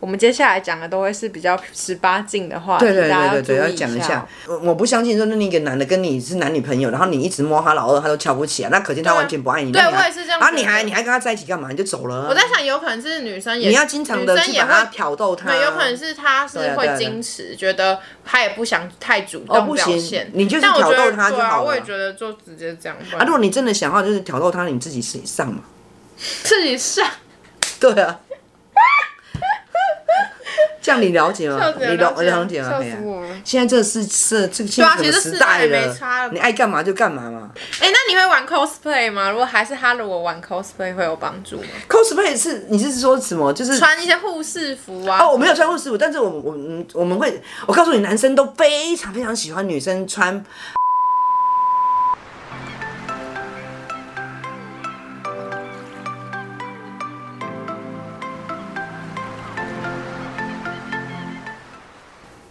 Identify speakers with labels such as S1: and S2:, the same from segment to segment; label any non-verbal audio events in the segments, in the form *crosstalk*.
S1: 我们接下来讲的都会是比较十八禁的话题，
S2: 对对
S1: 大
S2: 对
S1: 家
S2: 对对，
S1: 注
S2: 要
S1: 意
S2: 讲一
S1: 下
S2: 下。。我我不相信说，那一个男的跟你是男女朋友，然后你一直摸他老二，他都瞧不起啊，那可见他
S3: 对啊
S2: 完全不爱你。
S3: 对
S2: 那你还
S3: 我也是这样
S2: 啊，
S3: 觉
S2: 你
S3: 得
S2: 还你还跟他在一起干嘛？你就走了啊、
S3: 我在想，有可能是女生也
S2: 你要经常的
S3: 女
S2: 去
S3: 生也
S2: 把他
S3: 会。
S2: 挑逗他，啊
S3: 对，有可能是她是
S2: 对啊对
S3: 会
S2: 啊对啊
S3: 矜持，觉得她也不想太主
S2: 哦
S3: 动
S2: 不
S3: 表
S2: 行
S3: 现。
S2: 你就是
S3: 但我觉
S2: 挑
S3: 得
S2: 逗她就
S3: 对啊，
S2: 好
S3: 我也
S2: 了
S3: 觉得就直接这样。不
S2: 啊。
S3: 然
S2: 如果你真的想要就是挑逗他，你自己是上嘛。
S3: 自己上，
S2: 对啊， *laughs* 这样你了解吗？
S3: 笑死
S2: 你
S3: 了了
S2: 了
S3: 解
S2: 了解吗？
S3: 笑
S2: 嘿啊
S3: 死我了。
S2: 现在这是这这个
S3: 对
S2: 现
S3: 啊
S2: 在什
S3: 其
S2: 么
S3: 实
S2: 时
S3: 时代
S2: 代
S3: 也没
S2: 了
S3: 差了
S2: 你爱干嘛就干嘛嘛。
S3: *laughs* 哎、那你会玩 cosplay 吗？如果还是她，如果玩 cosplay 会有帮
S2: *laughs*
S3: 助吗？
S2: cosplay 是你是说什么？就是
S3: 穿一些护士服啊。
S2: 哦，我没有穿过制服，但是我们我们我们会，我告诉你，男生都非常非常喜欢女生穿。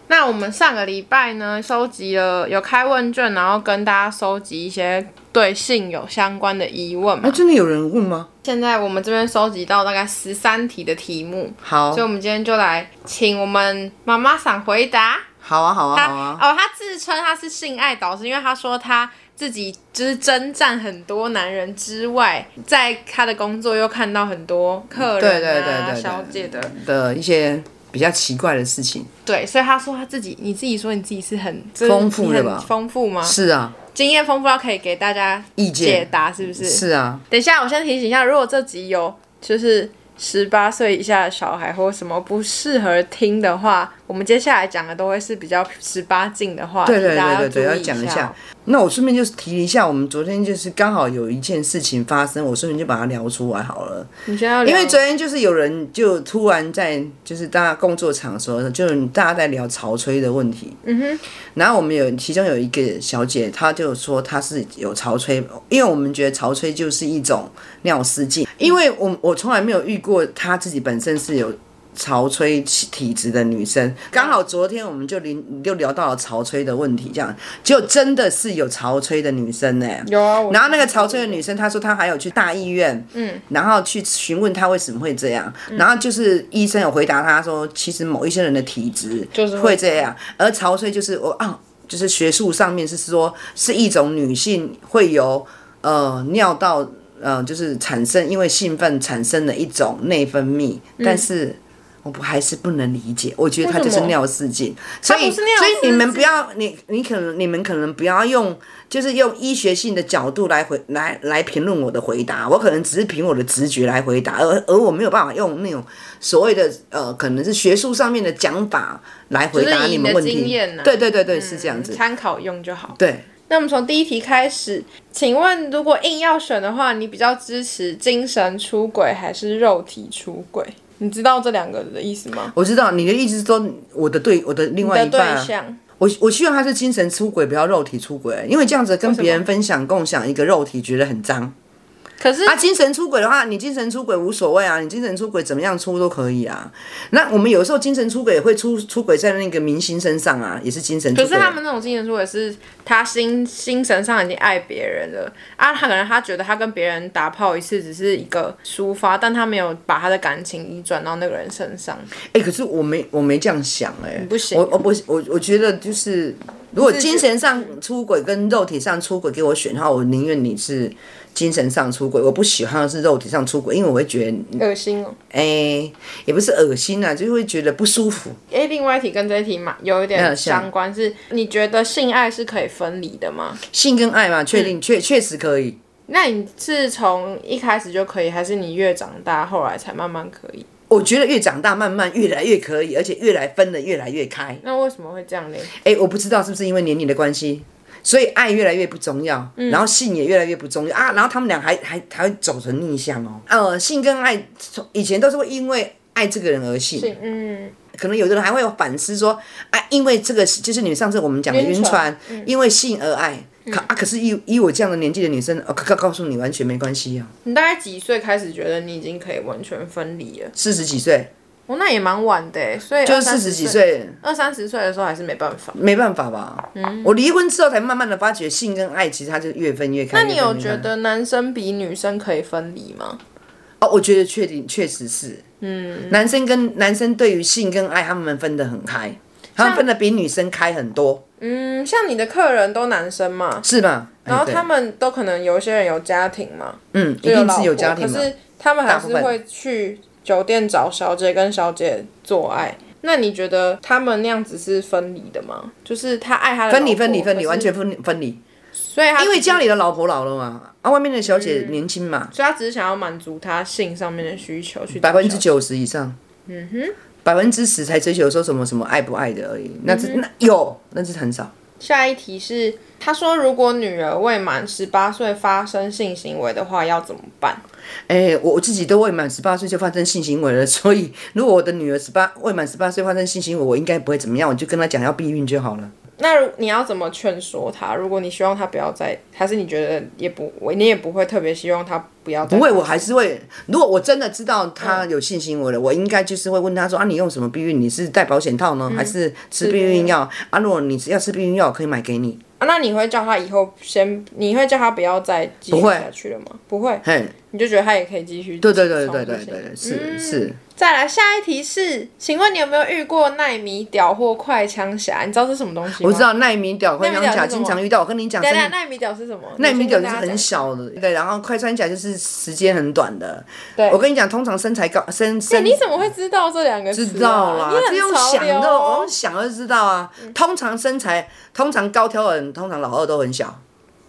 S3: 那我们上个礼拜呢，收集了有开问卷，然后跟大家收集一些对性有相关的疑问嘛。
S2: 啊真的有人问吗？
S3: 现在我们这边收集到大概十三题的题目，
S2: 好
S3: 所以，我们今天就来请我们妈妈想回答。
S2: 好啊，好啊，
S3: 她
S2: 好啊。
S3: 哦，她自称她是性爱导师，因为她说她自己就是征战很多男人之外，在她的工作又看到很多客人、啊、
S2: 对对对对对
S3: 小姐的，
S2: 的一些比较奇怪的事情。
S3: 对，所以她说她自己，你自己说你自己是很
S2: 丰富的吧
S3: 你很丰富吗？
S2: *laughs* 是啊，
S3: 经验丰富到可以给大家
S2: 意
S3: 解
S2: 见
S3: 答，是不是？
S2: 是啊，
S3: 等一下，我先提醒一下，如果这集有就是十八岁以下的小孩或什么不适合听的话，我们接下来讲的都会是比较十八禁的话题，
S2: 对对
S3: 大
S2: 对
S3: 家
S2: 对对，
S3: 注
S2: 要
S3: 意
S2: 讲
S3: 一
S2: 一下。。那我顺便就是提一下，我们昨天就是刚好有一件事情发生，我顺便就把它聊出来好了。
S3: 你先要聊
S2: 因为昨天就是有人就突然在就是大家工作场的时候，就是大家在聊潮吹的问题。嗯哼。然后我们有其中有一个小姐，她就说她是有潮吹，因为我们觉得潮吹就是一种尿失禁，因为我我从来没有遇过她自己本身是有。潮吹体质的女生，刚好昨天我们就聊就聊到了潮吹的问题，这样就真的是有潮吹的女生呢、
S3: 有啊，我
S2: 然后那个潮吹的女生，她说她还有去大医院，嗯，然后去询问她为什么会这样，
S3: 嗯
S2: 然后就是医生有回答她说，其实某一些人的体质
S3: 就是会
S2: 会这样，而潮吹就是我啊，就是学术上面是说是一种女性会有呃尿道呃就是产生因为兴奋产生的一种内分泌，但是。我不还是不能理解，我觉得她就
S3: 嗯为什
S2: 是
S3: 么
S2: 尿失禁，所以
S3: 不是尿
S2: 所以你们
S3: 失
S2: 不要你你可能你们可能不要用就是用医学性的角度来回来来评论我的回答，我可能只是凭我的直觉来回答，而而我没有办法用那种所谓的呃可能是学术上面的讲法来回
S3: 就
S2: 答
S3: 是以你
S2: 们
S3: 的
S2: 问题。
S3: 经验啊
S2: 对对对对，是这样子。
S3: 参考用就好。
S2: 对，
S3: 那我们从第一题开始，请问如果硬要选的话，你比较支持精神出轨还是肉体出轨？你知道这两个的意思吗？
S2: 我知道你的意思是说我的对我的另外
S3: 的
S2: 一
S3: 对
S2: 半啊、
S3: 象，
S2: 我我希望他是精神出轨，不要肉体出轨，因为这样子跟别人分享共享一个肉体，觉得很脏。
S3: 可是
S2: *laughs* 啊，精神出轨的话，你精神出轨无所谓啊，你精神出轨怎么样出都可以啊。那我们有时候精神出轨也会出出轨在那个明星身上啊，也是精神出
S3: 可
S2: 轨。
S3: 是他们那种精神出轨是他心心神上已经爱别人了啊，他可能他觉得他跟别人打炮一次只是一个抒发，但他没有把他的感情移转到那个人身上。
S2: 哎、可是我没我没这样想哎、
S3: 不行
S2: 我我不我我觉得就是，如果精神上出轨跟肉体上出轨给我选的话，我宁愿你是精神上出轨，我不喜欢是肉体上出轨，因为我会觉得
S3: 恶心哦！
S2: 哎、也不是恶心啊，就会觉得不舒服。
S3: 诶，另外一题跟这一题嘛有一点
S2: 有像
S3: 相关，是你觉得性爱是可以分离的吗？
S2: 性跟爱嘛，确定
S3: 嗯
S2: 确确实可以。
S3: 那你是从一开始就可以，还是你越长大后来才慢慢可以？
S2: 我觉得越长大，慢慢越来越可以，而且越来分的越来越开。
S3: 那为什么会这样嘞？
S2: 哎，我不知道是不是因为年龄的关系，所以爱越来越不重要，
S3: 嗯
S2: 然后性也越来越不重要啊。然后他们俩还还还会走成逆向哦。
S3: 嗯
S2: 呃，性跟爱从以前都是会因为爱这个人而性，
S3: 嗯，
S2: 可能有的人还会有反思说，啊，因为这个是就是你上次我们讲的
S3: 晕
S2: 晕
S3: 船嗯
S2: 船，因为性而爱。可啊，可是以以我这样的年纪的女生，哦，告告诉你完全没关系啊，
S3: 你大概几岁开始觉得你已经可以完全分离了？
S2: 四十几岁
S3: 哦，那也蛮晚的诶，所以
S2: 就
S3: 二
S2: 是
S3: 三
S2: 四
S3: 十
S2: 十几岁，
S3: 二三十岁的时候还是没办法。
S2: 没办法吧？
S3: 嗯
S2: 我离婚之后才慢慢的发觉，性跟爱其实它就越分越开。
S3: 那你
S2: 越分
S3: 有
S2: 越开
S3: 觉得男生比女生可以分离吗？
S2: 哦，我觉得确定确实是，嗯，男生跟男生对于性跟爱，他们分得很开，他们分得比女生开很多，
S3: 嗯，像你的客人都男生嘛，
S2: 是吧？
S3: 然后
S2: 哎对
S3: 他们都可能有些人有家庭嘛，
S2: 嗯，一
S3: 就
S2: 定
S3: 老
S2: 是
S3: 婆
S2: 有家庭嘛
S3: 可，是他们还是
S2: 大部
S3: 会去酒店找小姐跟小姐做爱。那你觉得他们那样子是分离的吗？就是他爱他的
S2: 分离
S3: 老婆
S2: 分离分离，
S3: 可是
S2: 完全分离分离，
S3: 所以他嗯
S2: 因为家里的老婆老了嘛，啊，外面的小姐年轻嘛，
S3: 所以他只是想要满足他性上面的需求，去
S2: 百分之
S3: 找小姐
S2: 九十以上，嗯哼，百分之十才追求说什么什么爱不爱的而已，那
S3: 嗯
S2: 是、那有，那是很少。
S3: 下一题是，他说如果女儿未满十八岁发生性行为的话，要怎么办？
S2: 哎、我自己都未满十八岁就发生性行为了， *laughs* 所以如果我的女儿十八未满十八岁发生性行为，我应该不会怎么样，我就跟她讲要避孕就好了。
S3: 那如你要怎么劝说他？如果你希望他不要再，还是你觉得也不，你也不会特别希望他不要再
S2: 不会，我还是会。如果我真的知道
S3: 嗯
S2: 她有性行为了，我应该就是会问她说啊，你用什么避孕？你是戴保险套呢，
S3: 嗯
S2: 还是吃避孕药？啊，如果你是要吃避孕药，我可以买给你。
S3: 啊，那你会叫他以后先，你会叫他不要再继续
S2: 不会
S3: 下去了吗？不会，
S2: 嘿，
S3: 你就觉得他也可以继续。
S2: 对对对对对对，。是、
S3: 嗯
S2: 是。
S3: 再来下一题是，请问你有没有遇过奈米屌或快枪侠？你知道这是什么东西吗？
S2: 我知。道奈米屌、快
S3: 奈米
S2: 枪
S3: 屌
S2: 甲
S3: 是什么
S2: 经常遇到，我跟你讲，
S3: 对
S2: 真
S3: 对，
S2: 的
S3: 奈米屌是什么？
S2: 奈米屌
S3: 你先跟
S2: 就是
S3: 大家
S2: 很
S3: 讲。
S2: 小的，对，然后快穿甲就是时间很短的。
S3: 对
S2: 我跟你讲，通常身材高身身
S3: 你怎么会知道这两个词啊？
S2: 知道啦
S3: 你，
S2: 这
S3: 很
S2: 用
S3: 潮
S2: 想
S3: 流
S2: 的，我
S3: 哦嗯
S2: 用想就知道啊。通常身材，通常高挑的人，通常老二都很小，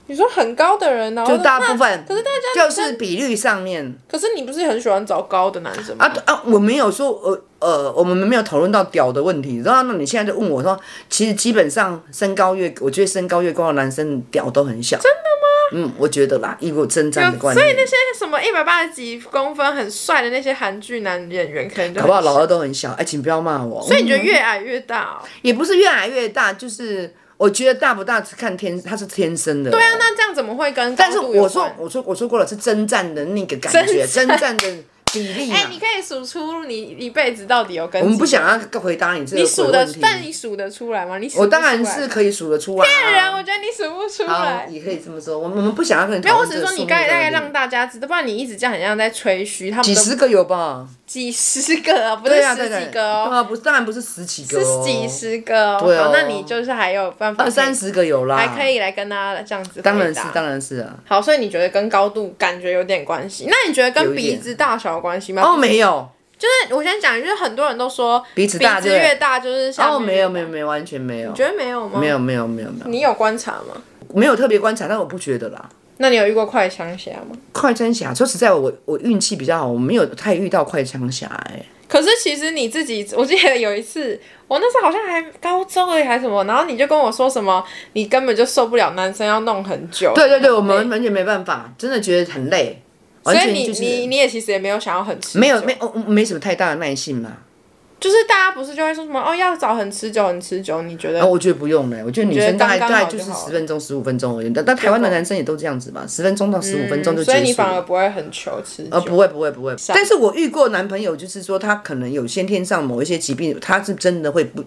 S3: 你说很高的人呢、然后
S2: 就大部分
S3: 哦可是大家
S2: 就是比率上面
S3: 可是你不是很喜欢找高的男生吗？
S2: 啊啊，我没有说呃呃，我们没有讨论到屌的问题，然后那你现在就问我说，其实基本上身高越，我觉得身高越高的男生屌都很小，真的吗？嗯，我觉得啦，以我征战的观
S3: 所以
S2: 念
S3: 那，些什么一百八十几公分很帅的那些韩剧男演员，可能就
S2: 搞不好老嗯
S3: 很小
S2: 二都很小，哎，请不要骂我。
S3: 所以你觉得越矮越大、哦？
S2: 也不是越来越大，就是我觉得大不大是看天，它是天生的。对
S3: 对啊，那这样怎么会跟？
S2: 但是我说我说我说过了，是征战的那个感觉，征
S3: 征
S2: 战的比例嘛。
S3: 哎、你可以数出你一辈子到底有跟
S2: 我
S3: 我
S2: 们不想要回答你这个
S3: 你数
S2: 鬼
S3: 得
S2: 问，题。
S3: 但你数得出来吗？你数
S2: 我
S3: 不出
S2: 当
S3: 来
S2: 然是可以数得出来、
S3: 骗人，
S2: 啊。
S3: 我觉得你数不出
S2: 好，
S3: 来。
S2: 也可以这么说。我们我们不想要跟你
S3: 没有，
S2: 讨
S3: 我
S2: 论
S3: 只
S2: 这
S3: 是说
S2: 个数
S3: 你
S2: 目
S3: 刚才大
S2: 的
S3: 概
S2: 问题
S3: 让大家知道，不然你一直这样很像在吹嘘，他们
S2: 几
S3: 都
S2: 十个有吧？
S3: 几十个啊，不是
S2: 对啊，
S3: 十
S2: 对对，
S3: 几个哦，
S2: 对啊，不是，当然不是十几个、
S3: 是
S2: 哦，
S3: 几十个哦。
S2: 对哦
S3: 好那你就是还有办法，
S2: 二三，十个有啦，
S3: 还可。以来跟大家这样子回答。
S2: 当然是，当然是啊。
S3: 好，所以你觉得跟高度感觉有点关系？那你觉得
S2: 有
S3: 跟
S2: 一
S3: 鼻
S2: 点
S3: 子大小有关系吗？
S2: 哦，没有，
S3: 就是我先讲，就是很多人都说
S2: 鼻子大
S3: 鼻
S2: 对
S3: 子
S2: 不对
S3: 越大就是下面
S2: 哦，没有，
S3: 越大
S2: 没有，，没有，完全没有
S3: 你，觉得没有吗？
S2: 没，有，没有，没有，没有。
S3: 你有观察吗？
S2: 没有特别观察，但我不觉得啦。
S3: 那你有遇过快枪侠吗？
S2: 快枪侠，说实在，我我运气比较好，我没有太遇到快枪侠、哎，
S3: 可是其实你自己，我记得有一次，我那时候好像还高中而已还是什么，然后你就跟我说什么，你根本就受不了男生要弄很久。
S2: 对对对，我
S3: 很
S2: 们
S3: 累
S2: 完全没办法，真的觉得很累，完
S3: 所以
S2: 全
S3: 你、
S2: 就是
S3: 你你也其实也没有想要很持久，
S2: 没有没哦没什么太大的耐性嘛。
S3: 就是大家不是就会说什么哦要找很持久很持久，你觉得？
S2: 然后啊哦我觉得不用嘞、我觉得女生大概
S3: 你觉得刚
S2: 大
S3: 刚
S2: 概
S3: 好
S2: 就
S3: 就是好
S2: 十分钟十五分钟而已，但但台湾的男生也都这样子吧，十分钟到十五分钟就
S3: 嗯
S2: 结
S3: 所
S2: 束了。
S3: 以你反而不会很求持久。
S2: 呃，不会不会不会，
S3: 上
S2: 但是我遇过男朋友，就是说他可能有先天上某一些疾病，他是真的会不，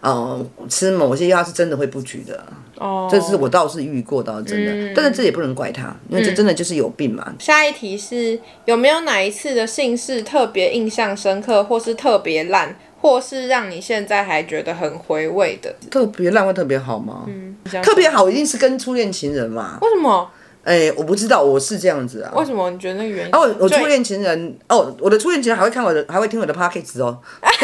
S2: 呃，吃某些药是真的会不举的，
S3: 哦，
S2: 这是我倒是遇过倒是真的，
S3: 嗯
S2: 但是这也不能怪他，因为这真的就是有病嘛。
S3: 下一题是有没有哪一次的姓氏特别印象深刻，或是特别烂，或是让你现在还觉得很回味的？
S2: 特别烂会特别好吗？
S3: 你想
S2: 特别好一定是跟初恋情人嘛？
S3: 为什么？
S2: 哎、我不知道，我是这样子啊。
S3: 为什么你觉得那个原因？
S2: 然后我我
S3: 对
S2: 初恋情人哦，我的初恋情人还会看我的，还会听我的 p o c k e t 哦。 *laughs*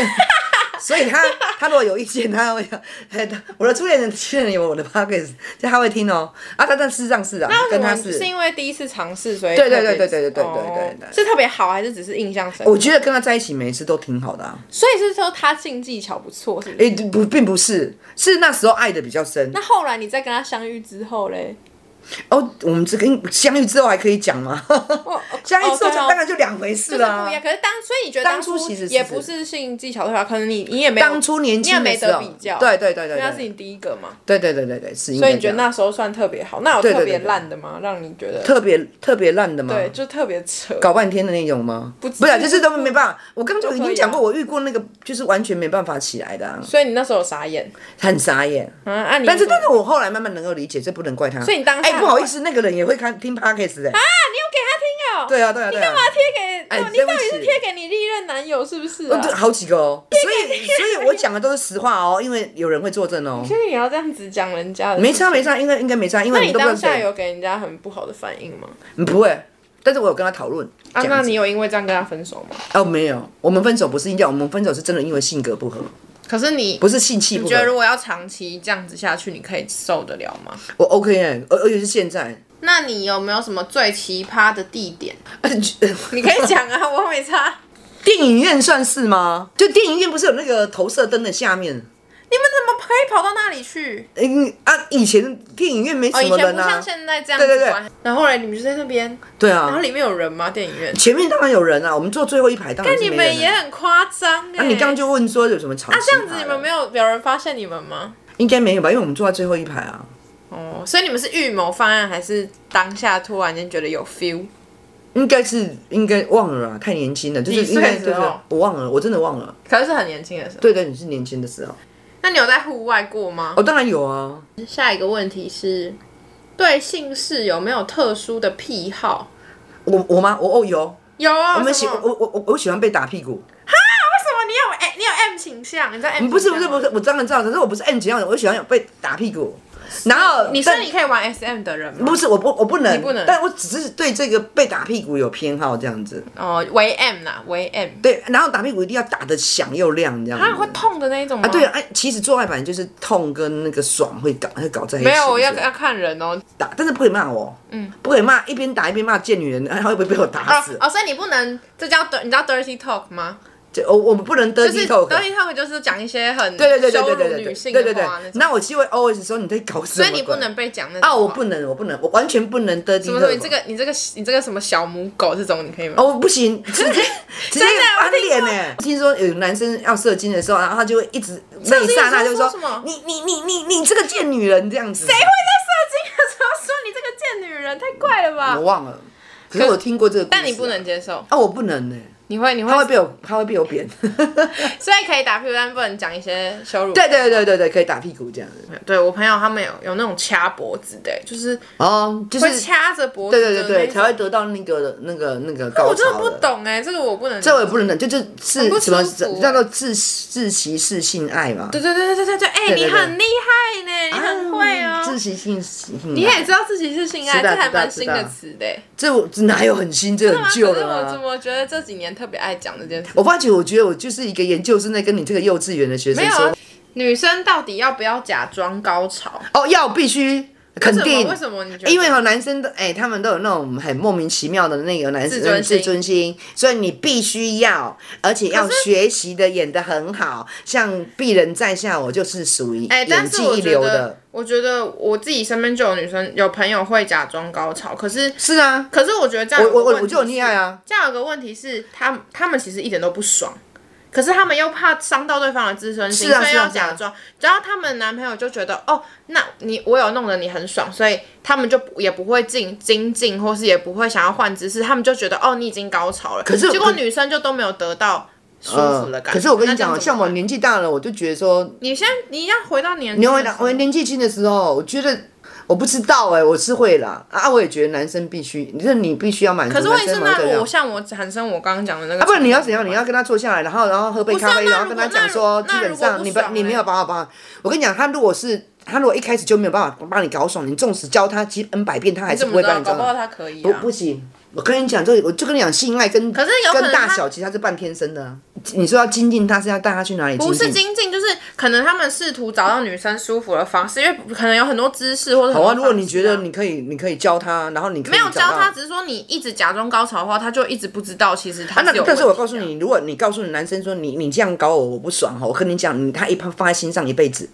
S2: 所以他他如果有意见，他会哎他我的初恋人情人有我的 p o c k e t 就他会听哦。啊，他但事实上是啊，跟他
S3: 是
S2: 是，
S3: 因为第一次尝试，所以
S2: 对对
S3: 特别
S2: 对对对对对对
S3: 哦
S2: 对对
S3: 是特别好还是只是印象深刻？
S2: 我觉得跟他在一起每一次都挺好的啊。
S3: 所以是说他性技巧不错，是不是？
S2: 哎、不，并不是，是那时候爱的比较深。
S3: 那后来你在跟他相遇之后嘞，
S2: 哦，我们这个相遇之后还可以讲吗？ *laughs* 相遇之
S3: 哦
S2: 后就
S3: 对哦
S2: 当然就两回事
S3: 就是
S2: 啦、
S3: 不一样。可是当所以你觉得
S2: 啊当初
S3: 初
S2: 其实是
S3: 也不是性技巧对吧？可能你你也没有
S2: 当初年轻
S3: 你
S2: 的
S3: 也没
S2: 时
S3: 得
S2: 候，
S3: 比较，
S2: 对对对
S3: 因
S2: 对
S3: 为他是你
S2: 对，
S3: 第一个嘛，
S2: 对对对对对是应
S3: 所
S2: 该这样。
S3: 以你觉得那时候算特别好？那有
S2: 对对
S3: 特别
S2: 对对
S3: 烂的吗？让你觉得
S2: 特别特别烂的吗？
S3: 对，就特别扯。
S2: 搞半天的那种吗？
S3: 不
S2: 不
S3: 是
S2: 是啊，就是都没办法。我刚就已
S3: 都可
S2: 经
S3: 以啊
S2: 讲过，我遇过那个就是完全没办法起来的、啊，
S3: 所以你那时候有傻眼
S2: 很傻眼。
S3: 啊？啊你
S2: 但是，
S3: 怎么
S2: 但是我后来慢慢能够理解，这不能怪他。所
S3: 以你当下
S2: 哎、不好意思，那个人也会看听 podcast 哎、
S3: 啊，你有给他听啊？友，
S2: 对啊，对啊，对啊，
S3: 干嘛贴给？
S2: 哎
S3: 哦你
S2: 对不
S3: 到底是
S2: 起
S3: 贴给你历任男友是不是啊
S2: 哦？对好几个哦。所以，所以我讲的都是实话哦，因为有人会作证哦。
S3: 所以你要这样子讲人家的事情，
S2: 没差没差，应该应该没差，因
S3: 那
S2: 为我们
S3: 你
S2: 都不
S3: 当
S2: 知道
S3: 下
S2: 谁。
S3: 有给人家很不好的反应吗？
S2: 嗯不会，但是我有跟他讨论。
S3: 啊，
S2: 这
S3: 那
S2: 样子
S3: 你有因为这样跟他分手吗？
S2: 哦没有，我们分手不是因为我们分手是真的因为性格不合，
S3: 可是你
S2: 不是性气不
S3: 你觉得如
S2: 合。
S3: 果要长期这样子下去，你可以受得了吗？
S2: 我 OK 哎，而而且是现在， *laughs*
S3: 那你有没有什么最奇葩的地点？
S2: 你
S3: 你可以讲 *laughs* 啊，我没差。
S2: 电影院算是吗？就电影院不是有那个投射灯的下
S3: 你
S2: 面？
S3: 们怎么可以跑到那里去？
S2: 嗯啊，以前电影院没
S3: 哦，
S2: 什
S3: 以
S2: 么
S3: 前
S2: 人
S3: 不
S2: 啊
S3: 像。现在这样
S2: 对对
S3: 子
S2: 对
S3: 玩。然后嘞，你们就在那边，
S2: 对
S3: 然后
S2: 啊，
S3: 里面有人吗？电影院？
S2: 前面当然有人啊，我们坐最后一排当然
S3: 但哎你
S2: 是没
S3: 们
S2: 人
S3: 也
S2: 啊。
S3: 很夸张哎。
S2: 那你刚刚就问说有什么吵啊
S3: 啊，这样子你们没有有人发现你们吗？
S2: 应该没有吧？因为我们坐在最后一排啊。
S3: 哦，所以你们是预谋方案，还是当下突然间觉得有 feel？
S2: 应该是应该忘了啊啦，太年轻了，就是
S3: 几岁
S2: 应该
S3: 的
S2: 对
S3: 时候
S2: 对，我忘了，我真的忘了。
S3: 可是是很年轻的时候。
S2: 对对，你是年轻的时候，
S3: 那你有在户外过吗？
S2: 哦，当然有啊。
S3: 下一个问题是，对姓氏有没有特殊的癖好？
S2: 我我吗？我哦有，
S3: 有啊，
S2: 我们
S3: 什
S2: 喜
S3: 么
S2: 我我我我喜欢被打屁股。
S3: 为什么你有 A，你有 M 倾向？你在 M
S2: 不是不是
S3: 倾向吗
S2: 不，是，我当然知道，可是我不是 M 倾向的，我喜欢有被打屁股。然后
S3: 你
S2: 但
S3: 是你可以玩 SM 的人吗？
S2: 不是我不我不能，
S3: 你不能
S2: 但我只是对这个被打屁股有偏好这样子。
S3: 哦，为 M 啦，为 M，
S2: 对，然后打屁股一定要打得响又亮这样子。
S3: 啊，会痛的那一种吗？
S2: 啊，对啊，哎，其实做爱版就是痛跟那个爽会搞会搞在一起。
S3: 没有，我要
S2: 是
S3: 要看人哦。
S2: 打，但是不可以骂我，嗯，不可以骂，一边打一边骂贱女人，然后会不会被我打
S3: 哦
S2: 死？
S3: 哦，所以你不能，这叫你知道 dirty talk 吗？
S2: 就我我们不能
S3: 就
S2: dirty
S3: 是
S2: talk，
S3: dirty talk 就是讲一些很
S2: 对对对对
S3: 羞
S2: 对
S3: 辱
S2: 对对
S3: 女性
S2: 对对
S3: 的
S2: 对
S3: 话那，种，
S2: 那我就会 always 说你在搞什
S3: 所
S2: 么鬼？
S3: 以你不能被讲那种
S2: 啊，我
S3: 话
S2: 不能，我不能，我完全不能 dirty
S3: 什
S2: talk。
S3: 么什么，你这个你这个你这个什么小母狗这种，你可以吗？
S2: 哦，我不行，直接直接
S3: 真的我
S2: 翻脸呢。听说有男生要射精的时候，然后他就会一直那一刹那就
S3: 射精的时候说什么
S2: 你你你你你这个贱女人这样子，
S3: *laughs* 谁会在射精的时候说你这个贱女人？太怪了吧
S2: 我！忘了，可是我听过这个故事啊，
S3: 但你不能接受，
S2: 啊，我不能呢，
S3: 你会你
S2: 他会
S3: 会，
S2: 被我他会被我扁。
S3: 所以可以打屁股，但不能讲一些羞辱。
S2: 对对对对对，可以打屁股这样子。
S3: 对我朋友他们有有那种掐脖子的，就是
S2: 哦，就是
S3: 会掐着脖子
S2: 对
S3: 的
S2: 对
S3: 那
S2: 对
S3: 种，
S2: 对，才会得到那个那个那个高
S3: 我真的
S2: 潮
S3: 不
S2: 的。
S3: 懂哎，这个我不能，
S2: 这我也不能忍，这就
S3: 很不
S2: 是
S3: 舒
S2: 什么
S3: 服
S2: 叫做自自习性性爱嘛？
S3: 对对对对对对对，哎、
S2: 对对
S3: 你
S2: 对
S3: 很厉害呢，你很会哦。
S2: 自啊习性性
S3: 你
S2: 爱，
S3: 也知道自己是性爱，
S2: 知道
S3: 这还
S2: 知道
S3: 蛮新
S2: 知
S3: 的
S2: 道
S3: 词的。欸啊
S2: 这我这哪有很新，这很旧
S3: 可是
S2: 的
S3: 我怎
S2: 吗？
S3: 么觉得这几年特别爱讲这件事？
S2: 我发觉，我觉得我就是一个研究生在跟你这个幼稚园的学生
S3: 没有、啊
S2: 说，，
S3: 女生到底要不要假装高潮？
S2: 哦，要必须肯定
S3: 为。什么？为什么你觉得？
S2: 因为有男生的哎、他们都有那种很莫名其妙的那个男生
S3: 自尊心
S2: 自尊心，所以你必须要，而且要学习的演的很好，像鄙人在下，我就是属于
S3: 哎、但
S2: 演
S3: 是
S2: 技
S3: 我
S2: 一
S3: 觉
S2: 流
S3: 得
S2: 的，，
S3: 我觉得我自己身边就有女生有朋友会假装高潮，可是
S2: 是啊，
S3: 可是我觉得这样
S2: 我
S3: 有个
S2: 我我
S3: 问
S2: 我
S3: 题
S2: 就很厉
S3: 是
S2: 害啊，
S3: 这样有个问题是，他他们其实一点都不爽，可是他们又怕伤到对方的自尊心，
S2: 是啊
S3: 所以
S2: 是啊
S3: 要假装。然后他们男朋友就觉得，哦，那你我有弄得你很爽，所以他们就不也不会进精进，或是也不会想要换姿势，他们就觉得，哦，你已经高潮了。
S2: 可是
S3: 结果
S2: 可
S3: 女生就都没有得到舒服的感觉。
S2: 嗯可是我跟你
S3: 那这样
S2: 讲哦，
S3: 怎么
S2: 像我
S3: 办
S2: 年纪大了，我就觉得说，
S3: 你先你要回到年
S2: 你
S3: 轻
S2: 我
S3: 的时候
S2: 我年纪轻的时候，我觉得我不知道哎、我是会啦啊，我也觉得男生必须，就是你必须要满足
S3: 可是
S2: 男
S3: 问题是，
S2: 生嘛，对
S3: 那
S2: 不
S3: 我
S2: 对？
S3: 像我产生我刚刚讲的那个，
S2: 啊，不然你要怎样？你要跟他坐下来，然后然后喝杯
S3: 不是
S2: 咖
S3: 啊
S2: 啡，
S3: 那
S2: 然后
S3: 如
S2: 跟
S3: 果
S2: 他讲
S3: 那
S2: 说，
S3: 如
S2: 基本
S3: 那如果
S2: 上
S3: 不
S2: 你不
S3: 爽欸
S2: 你没有
S3: 嘞
S2: 办法帮他。我跟你讲，他如果是他如果一开始就没有办法帮你搞爽，你纵使教他几 N 百遍，他还
S3: 你
S2: 是
S3: 怎
S2: 不
S3: 么
S2: 会
S3: 知道？
S2: 帮你
S3: 搞
S2: 搞
S3: 不好
S2: 爽。
S3: 他可以、
S2: 不
S3: 啊。
S2: 不行，我跟你讲，这我就跟你讲，性爱跟
S3: 可是有可能
S2: 跟大
S3: 他
S2: 小其实它是半天生的啊。你说要精进他是要带他去哪里精进？
S3: 不是精进，就是可能他们试图找到女生舒服的方式，因为可能有很多姿势或者很多
S2: 好啊，如果你
S3: 方式
S2: 觉
S3: 啊
S2: 得你可以，你可以教他，然后你可以
S3: 没有
S2: 找
S3: 教
S2: 到啊
S3: 他，只是说你一直假装高潮的话，他就一直不知道其实他
S2: 啊，那
S3: 有、
S2: 但是我告诉，你，如果你告诉你男生说你你这样搞我我不爽哦，我跟你讲，你他一放放在心上一辈子，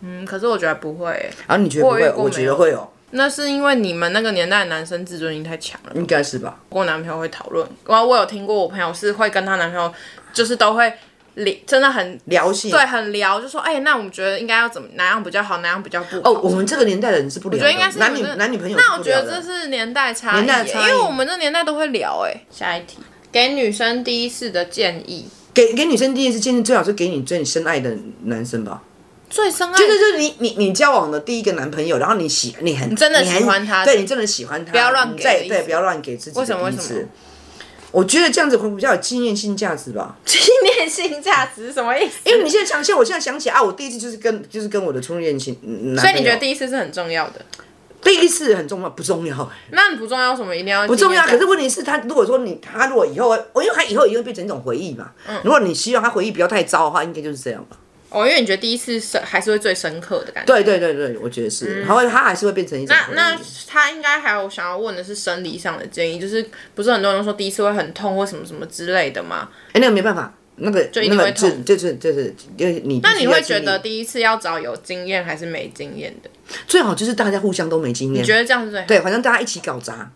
S3: 嗯，可是我觉得不会欸、
S2: 然后你觉得不
S3: 我有遇
S2: 会，
S3: 过
S2: 我觉
S3: 没
S2: 得
S3: 有
S2: 会哦，
S3: 那是因为你们那个年代的男生自尊心太强了。
S2: 应该是吧？
S3: 我跟我男朋友会讨论，然后我有听过我朋友是会跟她男朋友，就是都会理，真的很
S2: 聊性
S3: 对，很聊，就说哎、那我们觉得应该要怎么哪样比较好，哪样比较不好
S2: 哦，我们这个年代的人是不聊
S3: 觉得应该
S2: 的，
S3: 是
S2: 男女
S3: 我们这
S2: 男女朋友
S3: 那
S2: 是
S3: 我
S2: 不
S3: 觉
S2: 聊
S3: 得这
S2: 的。
S3: 是年代差异耶，
S2: 年代差
S3: 因
S2: 异
S3: 为我们这年代都会聊哎。下一题，给女生第一次的建议，
S2: 给给女生第一次见面，最好是给你最深爱的男生吧。
S3: 最深爱
S2: 就是就是你你你交往的第一个男朋友，然后你喜你很你
S3: 真的
S2: 很
S3: 喜欢他
S2: 对你真的喜欢他，不
S3: 要乱给的意思
S2: 对对，不要乱给自己
S3: 为什么
S2: 的
S3: 为
S2: 意
S3: 什么
S2: 思。我觉得这样子会比较有纪念性价值吧，
S3: *laughs* 纪念性价值是什么意思？
S2: 哎因为你现在想，现在我现在想起啊，我第一次就是跟就是跟我的初恋情，嗯男
S3: 所以
S2: 朋
S3: 你
S2: 友
S3: 觉得第一次是很重要的？
S2: 第一次很重要不重要？
S3: 那你不重要，为什么一定要
S2: 不
S3: 不
S2: 重要。可是问题是他，如果说你他如果以后，我因为他以后也会变成一种回忆嘛。
S3: 嗯
S2: 如果你希望他回忆不要太糟的话，应该就是这样吧。
S3: 哦，因为你觉得第一次是还是会最深刻的感觉。
S2: 对对对对，我觉得是，他会他啊还是会变成一种
S3: 那
S2: 回
S3: 嗯
S2: 忆。
S3: 那他应该还有想要问的是生理上的建议，就是不是很多人说第一次会很痛或什么什么之类的吗？
S2: 哎，那个没办法，那个
S3: 一
S2: 那
S3: 定
S2: 个
S3: 会
S2: 就
S3: 痛
S2: 就是就是就是你必须要经历。那
S3: 那你会觉得第一次要找有经验还是没经验的？
S2: 最好就是大家互相都没经验
S3: 你，觉得这样是最好？
S2: 对，反正大家一起搞砸。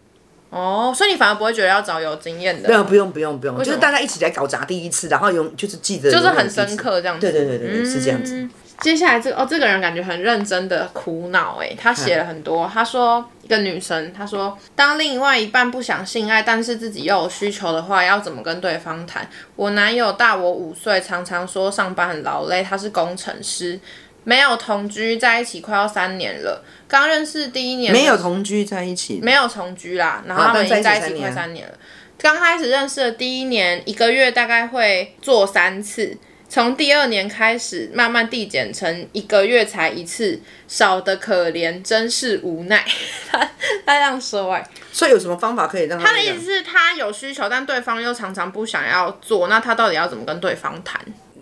S3: 哦，所以你反而不会觉得要找有经验的，
S2: 对啊，不用不用不用，就
S3: 什么
S2: 是大家一起来搞砸第一次，然后永就是记得
S3: 就是
S2: 永远
S3: 很
S2: 第一次
S3: 深。刻这样子。嗯
S2: 对对对对对，是这样子。
S3: 接下来这个哦，这个人感觉很认真的苦恼哎，他写了很
S2: *laughs*
S3: 多。他说一个女生，她说当另外一半不想性爱，但是自己又有需求的话，要怎么跟对方谈？我男友大我五岁，常常说上班很劳累，他是工程师，没有同居在一起快要三年了。刚认识第一年的
S2: 没有同居在一起，
S3: 没有同居啦，然后他们已经啊在一起快三年了。刚开始认识的第一年，一个月大概会做三次，从第二年开始慢慢递减成一个月才一次，少的可怜，真是无奈。 *laughs* 他他这样说哎、
S2: 所以有什么方法可以让
S3: 他
S2: 他
S3: 的
S2: 那
S3: 意
S2: 个
S3: 思是他有需求，但对方又常常不想要做，那他到底要怎么跟对方谈？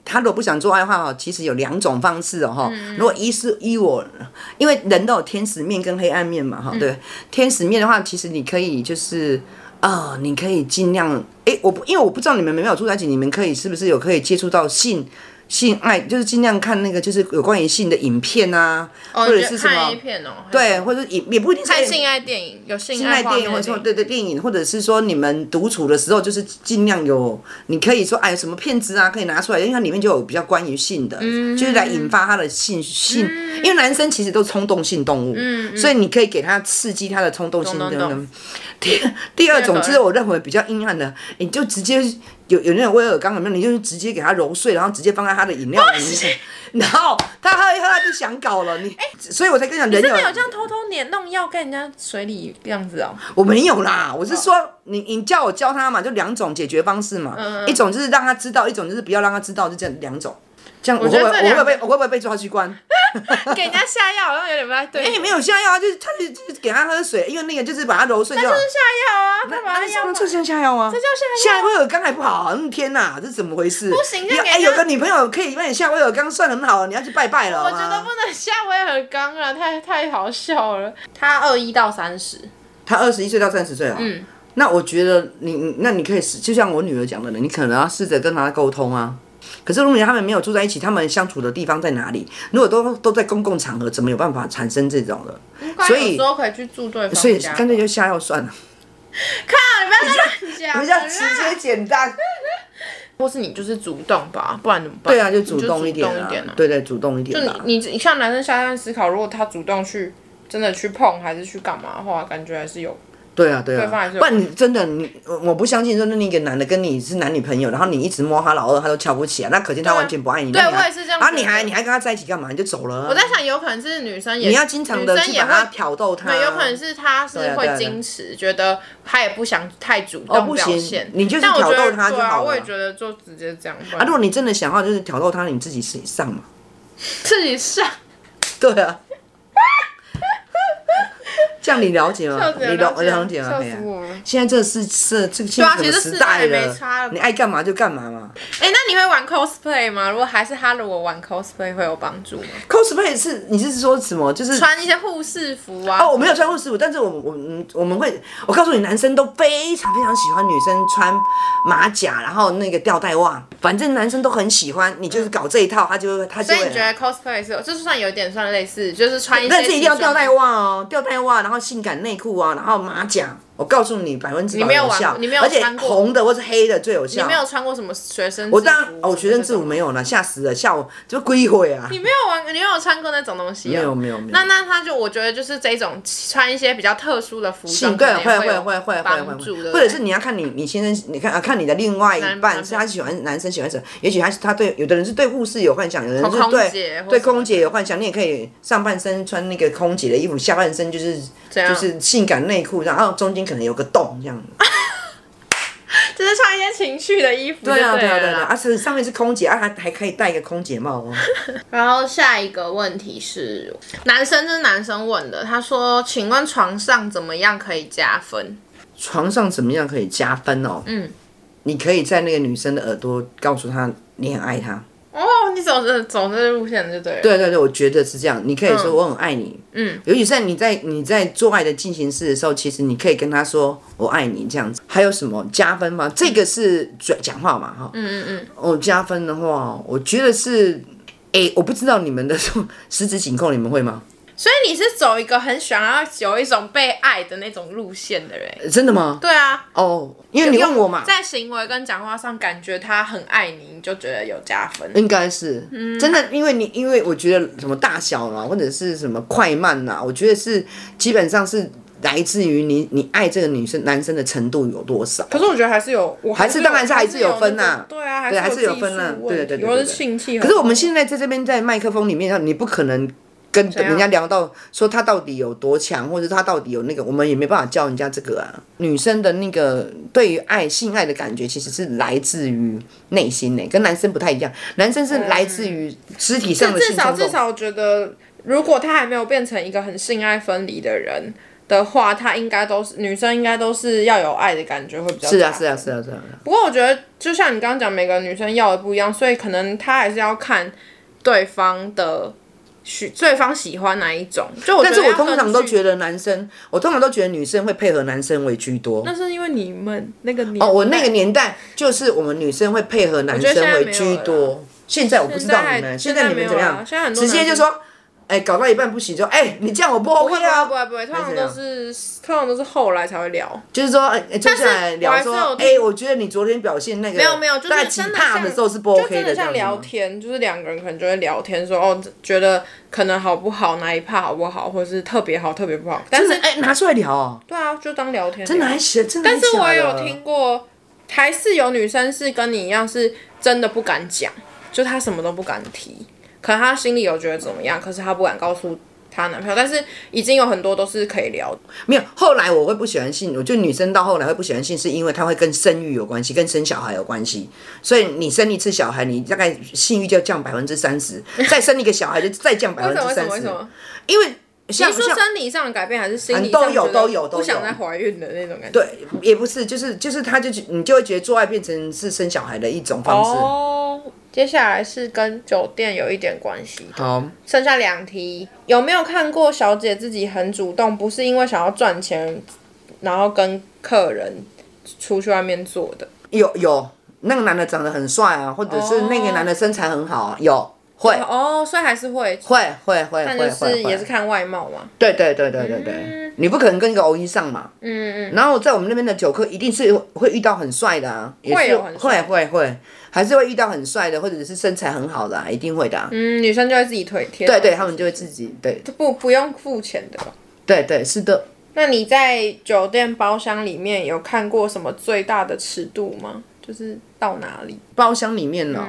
S2: 他如果不想做爱的话哦，其实有两种方式哦哈。
S3: 嗯
S2: 如果一是依我，因为人都有天使面跟黑暗面嘛哈，
S3: 嗯
S2: 对。天使面的话，其实你可以就是啊、你可以尽量诶，我不因为我不知道你们有没有住在一起，你们可以是不是有可以接触到性性爱，就是尽量看那个就是有关于性的影片啊，
S3: 哦，
S2: 或者
S3: 你觉
S2: 是
S3: 得
S2: 什
S3: 看 A
S2: 么
S3: 片哦，还
S2: 对，
S3: 是
S2: 或者也也不一定是
S3: 看性爱电影，有性
S2: 性爱
S3: 爱
S2: 电影，或
S3: 或
S2: 者说对对电影，或者是说你们独处的时候，就是尽量有，你可以说哎什么片子啊，可以拿出来，因为它里面就有比较关于性的，
S3: 嗯
S2: 就是来引发他的性性，因为男生其实都冲动性动物，
S3: 嗯
S2: 所以你可以给他刺激他的冲动性
S3: 懂懂
S2: 等等
S3: 懂。
S2: 第第二种
S3: 懂
S2: 就是我认为比较阴暗的，你就直接有有那种威尔刚有没有？你就是直接给他揉碎，然后直接放在他的饮料
S3: *laughs*
S2: 里面，然后他喝一喝他就想搞了你，
S3: 哎
S2: 所以我才跟你讲人
S3: 真
S2: 有
S3: 的有这样偷偷碾弄药跟人家水里这样子哦、
S2: 我没有啦，我是说你你叫我教他嘛，就两种解决方式嘛，一种就是让他知道，一种就是不要让他知道，就这样两种。这样我会
S3: 觉
S2: 不
S3: 得
S2: 会
S3: 这两
S2: 我会不会被我会不会被抓去关？
S3: *laughs* 给人家下药好像有点不太对。
S2: 哎、没有下药啊，就是他就就是给他喝水，因为那个就是把他揉碎就
S3: 就
S2: 好。
S3: 是下药啊，干嘛
S2: 那
S3: 要
S2: 这这像下药吗？这
S3: 叫下药
S2: 下威尔刚还不好、啊，嗯天哪，这怎么回事？不
S3: 行就
S2: 有
S3: 给
S2: 哎、
S3: 他
S2: 有个女朋友可以帮你下威尔刚算很好了，你要去拜拜了。
S3: 我
S2: 我
S3: 觉得不能下威尔刚了，太太好笑了。他二一到三十，
S2: 他二十一岁到三十岁啊。嗯。那我觉得你，你那你可以试，就像我女儿讲的，你可能要试着跟她沟通啊。可是如果他们没有住在一起，他们相处的地方在哪里？如果都都在公共场合，怎么有办法产生这种的？所
S3: 有
S2: 以
S3: 时候可以去住对方家。
S2: 所以干脆就下药算了，
S3: 看，你不要再乱
S2: 比较
S3: 讲
S2: 直
S3: 了啦。
S2: 接简单。
S3: 或是你就是主动吧，不然怎么办？
S2: 对啊，就
S3: 你
S2: 主
S3: 主
S2: 动一点
S3: 动
S2: 啊，
S3: 点啊
S2: 对对，主动一点
S3: 就
S2: 啊。
S3: 你你你像男生下单思考，如果他主动去真的去碰还是去干嘛的话，感觉还是有。
S2: 对啊，对啊
S3: 对方还是，有
S2: 不然你真的你，我我不相信说那一个男的跟你是男女朋友，然后你一直摸他老二，他都瞧不起啊，那可见他
S3: 对啊
S2: 完全不爱你。
S3: 对
S2: 那你还
S3: 我也是这样
S2: 啊，
S3: 觉得
S2: 你还你还跟他在一起干嘛？你就走了啊。
S3: 我在想，有可能是女生也
S2: 你要经常的
S3: 女生
S2: 去
S3: 也
S2: 把他
S3: 会
S2: 挑逗他，
S3: 对，有可能是他是
S2: 对啊对
S3: 会
S2: 啊对啊
S3: 矜持，觉得他也不想太主
S2: 哦
S3: 动
S2: 不
S3: 表
S2: 行
S3: 现。
S2: 你就是
S3: 但我觉
S2: 挑
S3: 得
S2: 逗他就
S3: 对啊，
S2: 好了
S3: 我也觉得就直接这样吧。
S2: 啊。如果你真的想要，就是挑逗他，你自己是上嘛。
S3: *laughs* 自己上，
S2: 对啊，这样你了解吗
S3: 笑？死
S2: 你
S3: 了
S2: 了
S3: 了解
S2: 了解吗？
S3: 笑
S2: 哎呀
S3: 死我了。
S2: 现在这是这这个现
S3: 啊
S2: 在
S3: 其实
S2: 什么
S3: 世
S2: 时
S3: 代
S2: 代
S3: 也没
S2: 了
S3: 差了吧
S2: 你爱干嘛就干嘛嘛。
S3: 哎、那你会玩 cosplay 吗？如果还是他，如果玩 cosplay 会有帮助吗？
S2: cosplay 是你是说什么？就是
S3: 穿一些护士服啊。
S2: 哦，我没有穿过师傅，但是我们我们我们会，我告诉你，男生都非常非常喜欢女生穿马甲，然后那个吊带袜，反正男生都很喜欢。你就是搞这一套，他就会他
S3: 所
S2: 就会
S3: 以
S2: 来。
S3: 你觉得 cosplay 是有，就是算有点算类似，就是穿一些
S2: 但是一定要
S3: 西装
S2: 吊带。袜哦，吊带袜，然后性感内裤啊，然后马甲，我告诉你，百分之百
S3: 你没有
S2: 有
S3: 玩
S2: 效，
S3: 你没有
S2: 而且
S3: 穿过
S2: 红的或是黑的最有效。
S3: 你没有穿过什么学生制服？
S2: 啊我当然，哦，我学生制
S3: 那
S2: 服
S3: 种
S2: 没有了，吓死了，吓我就归回啊！
S3: 你没有玩，你没有穿过那种东西、啊？
S2: 没有没有没有
S3: 那那他就我觉得就是这种穿一些比较特殊的服装，
S2: 性对
S3: 可能
S2: 会
S3: 也
S2: 会
S3: 有
S2: 会会会
S3: 帮
S2: 会
S3: 助
S2: 会，
S3: 的，
S2: 或者是你要看你你先生，你看啊看你的另外一
S3: 男
S2: 半
S3: 男
S2: 是他喜欢男生喜欢什么，也许他他对有的人是对护士有幻想，有的人是
S3: 空姐
S2: 对
S3: 或
S2: 对
S3: 什么
S2: 空姐有幻想，你也可以上半身穿那个空姐的衣服，下半身就是
S3: 样
S2: 就是性感内裤，然后中间可能有个洞这样子。
S3: 就是穿一些情趣的衣服就
S2: 对
S3: 了
S2: 啊
S3: 啦。
S2: 对啊对啊，而且上面是空姐啊，还还可以戴一个空姐帽 *laughs* 哦。
S3: 然后下一个问题是，男生这是男生问的，他说：“请问床上怎么样可以加分
S2: 床上怎么样可以加分哦？
S3: 嗯，
S2: 你可以在那个女生的耳朵告诉她你很爱她。？”
S3: 哦，你走这走这路线就对了。
S2: 对对对，我觉得是这样。你可以说我很爱你，
S3: 嗯，
S2: 尤其在你在你在做爱的进行式的时候，其实你可以跟她说我爱你这样子。还有什么加分吗？这个是转讲话嘛哈。嗯嗯嗯。哦，加分的话，我觉得是。哎，我不知道你们的 *laughs* 十指紧扣，你们会吗？
S3: 所以你是走一个很想要有一种被爱的那种路线的人。
S2: 呃真的吗？
S3: 对啊，
S2: 哦，因为你问我嘛，
S3: 在行为跟讲话上感觉他很爱你，你就觉得有加分。
S2: 应该是，
S3: 嗯
S2: 真的，因为你因为我觉得什么大小啊啦，或者是什么快慢啦，我觉得是基本上是来自于你你爱这个女生男生的程度有多少。
S3: 可是我觉得还是有，我
S2: 还是当然是还是有分
S3: 呐、
S2: 呐
S3: 对啊，
S2: 对
S3: 还
S2: 还是有分
S3: 呐
S2: 呐、对对对对对
S3: 有的是性气。
S2: 可是我们现在在这边在麦克风里面，你不可能跟
S3: 怎样
S2: 人家聊到说他到底有多强，或者他到底有那个，我们也没办法教人家这个啊。女生的那个对于爱性爱的感觉，其实是来自于内心呢、跟男生不太一样。男生是来自于肢体上的
S3: 嗯至
S2: 性
S3: 少
S2: 冲
S3: 至
S2: 动。
S3: 少，我觉得如果他还没有变成一个很性爱分离的人的话，他应该都是女生，应该都是要有爱的感觉会比较。
S2: 是啊，是啊，。是啊，是啊。是啊
S3: 不过我觉得，就像你刚刚讲，每个女生要的不一样，所以可能她还是要看对方的喜，对方喜欢哪一种。就我觉得
S2: 但是我
S3: 要
S2: 通常
S3: 根
S2: 都
S3: 据
S2: 觉得男生，我通常都觉得女生会配合男生为居多。
S3: 那是因为你们那个年
S2: 哦，我那
S3: 代
S2: 个年代就是我们女生会配合男
S3: 觉得
S2: 生
S3: 现在
S2: 为
S3: 没有
S2: 居
S3: 了
S2: 多。现在我不知道你们，
S3: 现
S2: 现
S3: 在
S2: 在你们怎么
S3: 没有啊
S2: 样？
S3: 现在很多
S2: 直接
S3: 男生
S2: 就说，哎，搞到一半不行，就哎，你这样我不 OK
S3: 不
S2: 啊。
S3: 会不会不会，通常
S2: 还
S3: 都
S2: 是
S3: 是通常都是后来才会聊。
S2: 就是说，哎，哎坐下来
S3: 我
S2: 聊
S3: 还是
S2: 说
S3: 有，
S2: 哎，我觉得你昨天表现那个
S3: 没有没有，就是
S2: 大概几
S3: 真的
S2: 帕
S3: 像
S2: 的时候是不
S3: 就
S2: OK
S3: 真的
S2: 这样
S3: 像
S2: 子吗
S3: 聊天，就是两个人可能就会聊天说哦，觉得可能好不好，哪一趴好不好，或者是特别好特别不好。但
S2: 真
S3: 是
S2: 的哎，拿出来聊哦，
S3: 对啊，就当聊天聊。
S2: 真的还行，真的还
S3: 但
S2: 假的。
S3: 是我有听过，还是有女生是跟你一样，是真的不敢讲，就她什么都不敢提，可能她心里有觉得怎么样，可是她不敢告诉她男朋友。但是已经有很多都是可以聊的，
S2: 没有，后来我会不喜欢性，我觉得女生到后来会不喜欢性，是因为她会跟生育有关系，跟生小孩有关系。所以你生一次小孩，你大概性欲就要降百分之
S3: *laughs*
S2: 三十，再生一个小孩就再降百
S3: 为什么为
S2: 分之
S3: 什
S2: 三
S3: 么为
S2: 十
S3: 什。么？
S2: 因为像
S3: 你说
S2: 像
S3: 生理上的改变还是心理
S2: 嗯
S3: 上
S2: 都有
S3: 觉得
S2: 都有都
S3: 不想
S2: 有
S3: 再怀孕的那种感觉？
S2: 对，也不是，就是就是，她就你就会觉得做爱变成是生小孩的一种方式。
S3: 哦，接下来是跟酒店有一点关系的。
S2: 好，
S3: 剩下两题，有没有看过小姐自己很主动，不是因为想要赚钱，然后跟客人出去外面做的？
S2: 有有那个男的长得很帅啊，或者是那个男的身材很好啊，有会
S3: 哦，所以还是会，
S2: 会会会
S3: 但
S2: 会
S3: 就
S2: 会
S3: 是也
S2: 会
S3: 是看外貌嘛。
S2: 对对对对对对，你不可能跟一个欧一上嘛。
S3: 嗯嗯嗯，
S2: 然后在我们那边的酒客一定是会遇到很帅的啊，也
S3: 会
S2: 是
S3: 有很帅
S2: 会会会，还是会遇到很帅的，或者是身材很好的、啊，一定会的、啊。
S3: 嗯，女生就会自己腿贴。
S2: 对对，他们就会自己对
S3: 不不用付钱的吧。
S2: 对对，是的。
S3: 那你在酒店包厢里面有看过什么最大的尺度吗？就是到哪里？
S2: 包厢里面呢、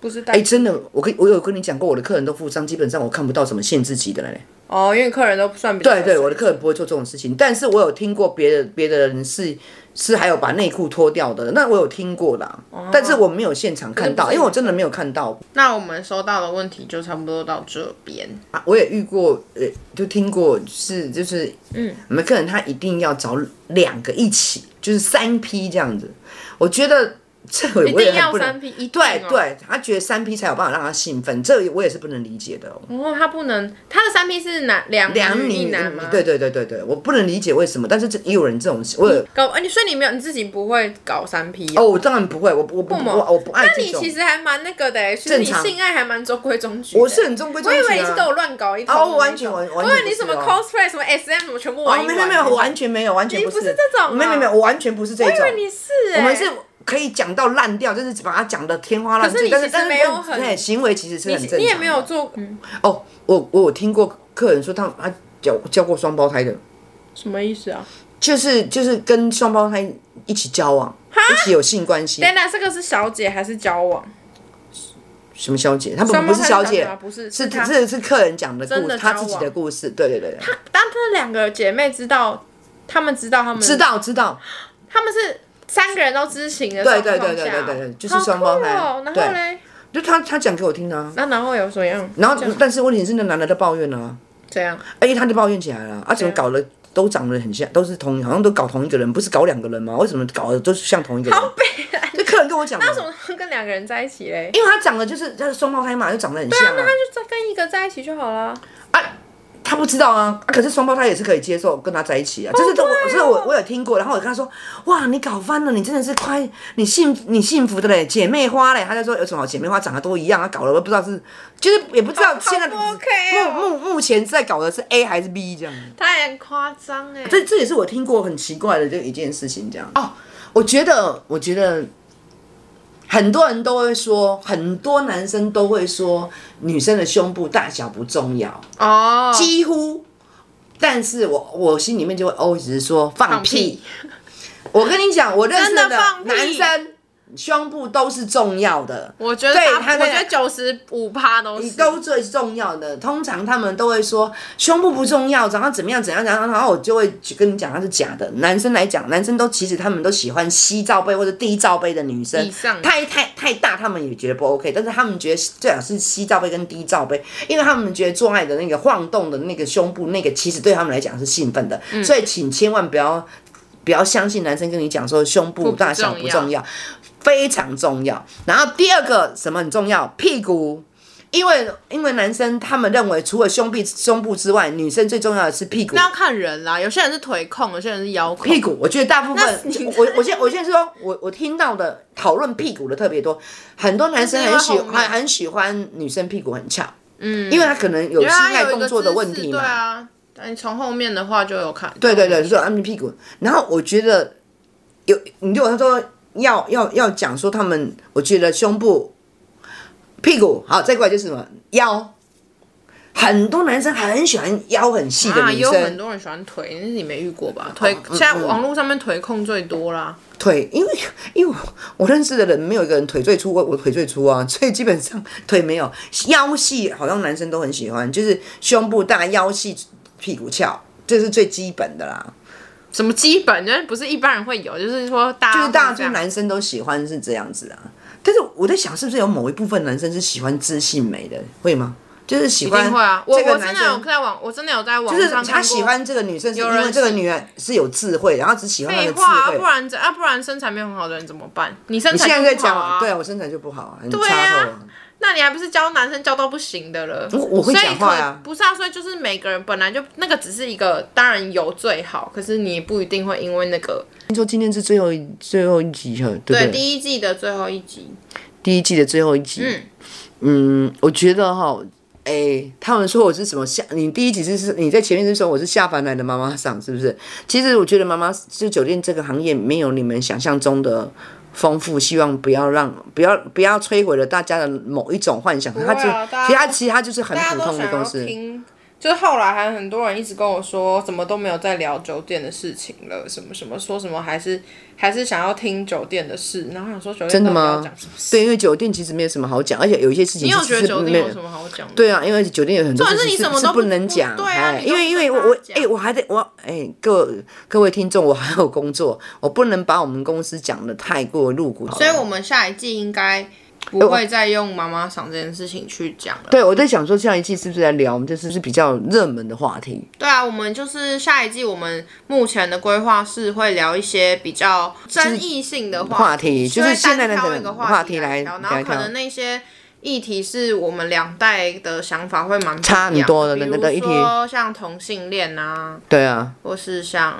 S3: 不是带、
S2: 哎、真的，我跟我有跟你讲过，我的客人都付账，基本上我看不到什么限制级的嘞。
S3: 哦，因为客人都算比较
S2: 对对，我的客人不会做这种事情，但是我有听过别的别的人是是还有把内裤脱掉的，那我有听过啦，
S3: 哦
S2: 但是我没有现场看到，因为我真的没有看到。
S3: 那我们收到的问题就差不多到这边。
S2: 啊我也遇过，呃，就听过是就是，嗯，每个人他一定要找两个一起，就是三批这样子。我觉得这我
S3: 一
S2: 也
S3: 定
S2: 很
S3: 要
S2: 不
S3: 三
S2: 能。
S3: P，一定、
S2: 对
S3: 哦、。
S2: 对，他觉得三 P 才有办法让他兴奋，这我也是不能理解的哦、
S3: 然后他不能，他的三 P 是男嗯两
S2: 两
S3: 女一
S2: 女
S3: 男吗？
S2: 对对对对对，我不能理解为什么，但是这也有人这种，我有
S3: 搞，哎，你所以你没有你自己不会搞三 P
S2: 哦，我当然不会，我不我不
S3: 不吗
S2: 我我不爱
S3: 那
S2: 这
S3: 你
S2: 种
S3: 其，实还蛮那个的哎，其实你
S2: 正常
S3: 性爱还蛮中规中矩的。
S2: 我是很中规中
S3: 我
S2: 矩、啊。
S3: 以为你是给我乱搞一通的那
S2: 哦
S3: 种，
S2: 我完全完完全
S3: 我以为你
S2: 不是
S3: 什么
S2: 哦
S3: cosplay 什么 SM 什么全部玩
S2: 哦，
S3: 一
S2: 没
S3: 玩。
S2: 有没有，我完全没有，完全
S3: 你
S2: 是
S3: 不是这种啊
S2: 没有没有没有，我完全不是这
S3: 我
S2: 种。
S3: 以为你是哎，
S2: 我们是可以讲到烂掉，就是把它讲的天花乱
S3: 可是
S2: 坠，
S3: 你
S2: 但是
S3: 其实
S2: 但是
S3: 没有
S2: 问
S3: 很
S2: 对行为其实是很正常
S3: 你你
S2: 的。
S3: 也没有做嗯
S2: 哦，我我有听过客人说他他教教过双胞胎的，
S3: 什么意思啊？
S2: 就是就是跟双胞胎一起交往，一起有性关系。
S3: 等等，这个是小姐还是交往？
S2: 什么小姐？他
S3: 双
S2: 们
S3: 胞
S2: 不
S3: 胎
S2: 是小
S3: 交
S2: 姐
S3: 往啊，不是
S2: 是
S3: 是她
S2: 是是客人讲的故
S3: 真
S2: 事，
S3: 的
S2: 他
S3: 交
S2: 自己
S3: 往
S2: 的故事。对对对对，
S3: 但这两个姐妹知道，她们知道她们
S2: 知，道知道。
S3: 她们是三个人都知情的
S2: 对
S3: 状
S2: 对
S3: 况
S2: 对
S3: 下
S2: 对对对就是
S3: 好
S2: 双胞
S3: 酷
S2: 胎
S3: 哦然
S2: 对
S3: 后嘞，
S2: 就他他讲给我听的啊，
S3: 那然后有怎样？
S2: 然后但是问题是那男的在抱怨啊，
S3: 怎样？
S2: 而且他就抱怨起来了，啊，怎么搞得都长得很像，都是同，好像都搞同一个人，不是搞两个人吗？为什么搞的都是像同一个人？
S3: 好悲哀。
S2: 这客人跟我讲的，
S3: 为什么跟两个人在一起嘞？
S2: 因为他长得就是他是双胞胎嘛，就长得很像啊，
S3: 就再跟一个在一起就好了。
S2: 他不知道啊，啊可是双胞胎也是可以接受跟他在一起啊，这是都，这是我我有听过，然后我跟他说，哇，你搞翻了，你真的是快，你幸你幸福的嘞，姐妹花嘞，他就说有什么好姐妹花长得都一样啊，搞了我不知道是，就是也不知道
S3: 好
S2: 啊现在
S3: 好不 OK 哦
S2: 目目目前在搞的是 A 还是 B 这样。
S3: 他也很夸张哎，
S2: 这这也是我听过很奇怪的这一件事情，这样哦。我觉得，我觉得很多人都会说，很多男生都会说，女生的胸部大小不重要，
S3: 哦，
S2: 几乎。但是我我心里面就会 always 说放屁。我跟你讲，我认识
S3: 真的放屁
S2: 男生胸部都是重要的，
S3: 我觉得
S2: 对
S3: 大
S2: 他
S3: 我
S2: 在
S3: 觉得九十五趴都是
S2: 都嗯最重要的。通常他们都会说胸部不重要，然后怎么样怎样怎样，然后我就会跟你讲它是假的。男生来讲，男生都其实他们都喜欢吸罩杯或者低罩杯的女生
S3: 以上，
S2: 太太太大他们也觉得不 OK，但是他们觉得最好是吸罩杯跟低罩杯，因为他们觉得做爱的那个晃动的那个胸部那个其实对他们来讲是兴奋的，
S3: 嗯
S2: 所以请千万不要。不要相信男生跟你讲说胸部大小不
S3: 不
S2: 重
S3: 重
S2: 要，非常重要。然后第二个什么很重要？屁股。因为因为男生他们认为除了胸壁胸部之外，女生最重要的是屁股。
S3: 那要看人啦，有些人是腿控，有些人是腰控。
S2: 屁股，我觉得大部分
S3: 那是你
S2: 我我现在我现在说，我我听到的讨论屁股的特别多，很多男生
S3: 就
S2: 很喜
S3: 是因为后
S2: 欢
S3: 面
S2: 很喜欢女生屁股很翘，
S3: 嗯，
S2: 因为他可能有
S3: 因为
S2: 性
S3: 他
S2: 爱
S3: 有一
S2: 动
S3: 个
S2: 作的
S3: 姿
S2: 问
S3: 势
S2: 题
S3: 对
S2: 嘛。
S3: 啊，但你从后面的话就有看。
S2: 对对对，就说啊，你屁股。然后我觉得有，你如果他说要要要讲说他们，我觉得胸部、屁股，好，再过来就是什么腰。很多男生很喜欢腰很细的
S3: 啊，
S2: 女
S3: 有
S2: 生，
S3: 很多人喜欢腿，但是你没遇过
S2: 哦
S3: 吧？腿
S2: 嗯
S3: 现在网络上面腿控最多啦。
S2: 腿，因为因为我我认识的人没有一个人腿最粗，我我腿最粗啊， *laughs* 所以基本上腿没有腰细，好像男生都很喜欢，就是胸部大、腰细、屁股翘，这是最基本的啦。
S3: 什么基本，就是不是一般人会有，就是说大家
S2: 就是大
S3: 会这
S2: 多
S3: 样
S2: 男生都喜欢是这样子啊。但是我在想，是不是有某一部分男生是喜欢自信美的，会吗？就是喜
S3: 一
S2: 欢
S3: 定会啊。我
S2: 这个
S3: 我
S2: 男
S3: 真的有
S2: 生，
S3: 在网，我真的有在网
S2: 就是
S3: 上看
S2: 他
S3: 过
S2: 喜欢这个女生，是因
S3: 有人
S2: 为这个女人是有智慧，然后只喜欢她
S3: 废
S2: 的智
S3: 话啊，不
S2: 慧。
S3: 然怎啊，不然身材没有很好的人怎么办？你身
S2: 你
S3: 材
S2: 现在在
S3: 不好
S2: 讲，
S3: 啊，
S2: 对啊，我身材就不好啊，很
S3: 对
S2: 差透
S3: 啊
S2: 啊。，
S3: 那你还不是教男生教到不行的了？
S2: 我我会
S3: 所以
S2: 讲话啊
S3: 可不是啊，所以就是每个人本来就那个只是一个，当然有最好，可是你也不一定会因为那个。
S2: 听说今天是最后一最后一集了，对不对？
S3: 对，第一季的最后一集，
S2: 第一季的最后一集。嗯我觉得哈，哎、他们说我是什么下？你第一集是是你在前面是说我是下凡来的妈妈桑，是不是？其实我觉得妈妈就酒店这个行业没有你们想象中的。丰富，希望不要让不要不要摧毁了大家的某一种幻想。
S3: 会
S2: 它
S3: 啊
S2: 就
S3: 大家
S2: 其实它其实它就是很
S3: 大家
S2: 普
S3: 都
S2: 通的
S3: 想
S2: 公
S3: 要
S2: 司。
S3: 听。就是后来还很多人一直跟我说，怎么都没有在聊酒店的事情了，什么什么说什么，还是还是想要听酒店的事，然后想说酒店
S2: 真的
S3: 到底
S2: 吗
S3: 要讲什么事？
S2: 对，因为酒店其实没有什么好讲，而且有一些事情
S3: 你有
S2: 是
S3: 觉得
S2: 是
S3: 酒
S2: 没
S3: 店有什么好讲的？
S2: 对啊，因为酒店有很多
S3: 重
S2: 事
S3: 点是你
S2: 情是
S3: 什么
S2: 是
S3: 都
S2: 不
S3: 不
S2: 能讲，
S3: 对啊
S2: 哎
S3: 你
S2: 因
S3: 都不
S2: 为因为
S3: 跟
S2: 我我
S3: 大家
S2: 哎、我还得我哎、各各位听众，我还有工作，我不能把我们公司讲的太过露骨。
S3: 所以我们下一季应该
S2: 哎
S3: 不会再用妈妈嗓这件事情去讲了。
S2: 对，我在想说下一季是不是来聊我们这是不是比较热门的话题？
S3: 对啊，我们就是下一季，我们目前的规划是会聊一些比较争议性的
S2: 话题就是
S3: 会
S2: 现在的
S3: 单挑
S2: 这
S3: 一个
S2: 个话
S3: 题
S2: 题来
S3: 聊，然
S2: 聊
S3: 后
S2: 一
S3: 可
S2: 聊
S3: 能那些议题是我们两代的想法会蛮不一样
S2: 差很多的
S3: 比
S2: 那个议
S3: 如
S2: 题
S3: 说像同性恋啊，
S2: 对啊，
S3: 或是像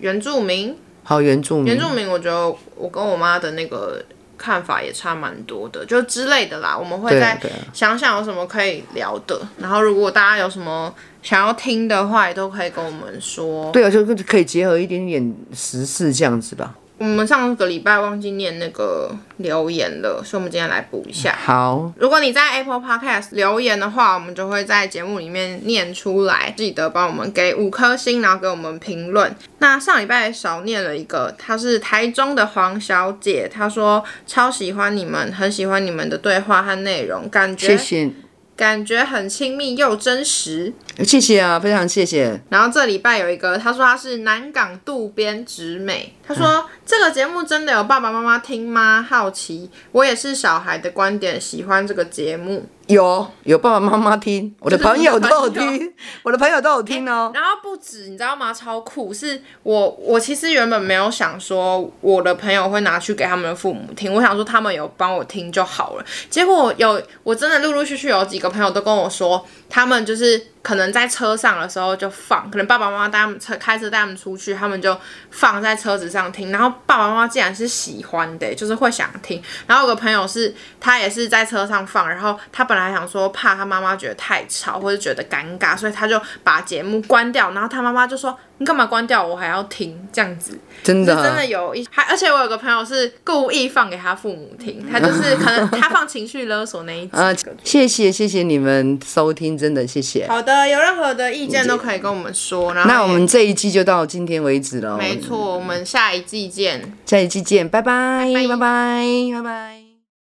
S3: 原住民。
S2: 还有原住民，
S3: 原住民，我觉得我跟我妈的那个看法也差蛮多的，就之类的啦。我们会
S2: 对啊
S3: 再
S2: 对啊
S3: 想想有什么可以聊的，然后如果大家有什么想要听的话，也都可以跟我们说。
S2: 对啊，就可以结合一点点时事这样子吧。
S3: 我们上个礼拜忘记念那个留言了，所以我们今天来补一下。
S2: 好，
S3: 如果你在 Apple Podcast 留言的话，我们就会在节目里面念出来。记得帮我们给五颗星，然后给我们评论。那上礼拜少念了一个，她是台中的黄小姐，她说超喜欢你们，很喜欢你们的对话和内容，感觉
S2: 谢谢，
S3: 感觉很亲密又真实。
S2: 谢谢啊，非常谢谢。
S3: 然后这礼拜有一个，他说他是南港渡边直美，他说、这个节目真的有爸爸妈妈听吗？好奇，我也是小孩的观点，喜欢这个节目。
S2: 有有爸爸妈妈听，我的
S3: 就是
S2: 朋
S3: 你的
S2: 友都有
S3: 朋友
S2: 听，我的朋友都有听哦。
S3: 然后不止，你知道吗？超酷！是我，我其实原本没有想说我的朋友会拿去给他们的父母听，我想说他们有帮我听就好了。结果有，我真的陆陆续续有几个朋友都跟我说，他们就是可能在车上的时候就放，可能爸爸妈妈带他们车开车带他们出去，他们就放在车子上听。然后爸爸妈妈竟然是喜欢的、就是会想听。然后有个朋友是他也是在车上放，然后他本来想说怕他妈妈觉得太吵或者觉得尴尬，所以他就把节目关掉。然后他妈妈就说：“你干嘛关掉？我还要听。”这样子，
S2: 真
S3: 哎是
S2: 的，啊
S3: 真的有一还，而且我有个朋友是故意放给他
S2: *laughs*
S3: 父母听，他就是可能他放情绪勒索那一集。
S2: 啊，谢谢谢谢你们收听，真的谢谢。
S3: 好的，有任何的意见都可以跟我们说。然后
S2: 那
S3: 也
S2: 我们这一季就到今天为止喽，
S3: 没错，我们下一季见。
S2: 下一季见，拜拜
S3: 拜
S2: 拜拜拜拜。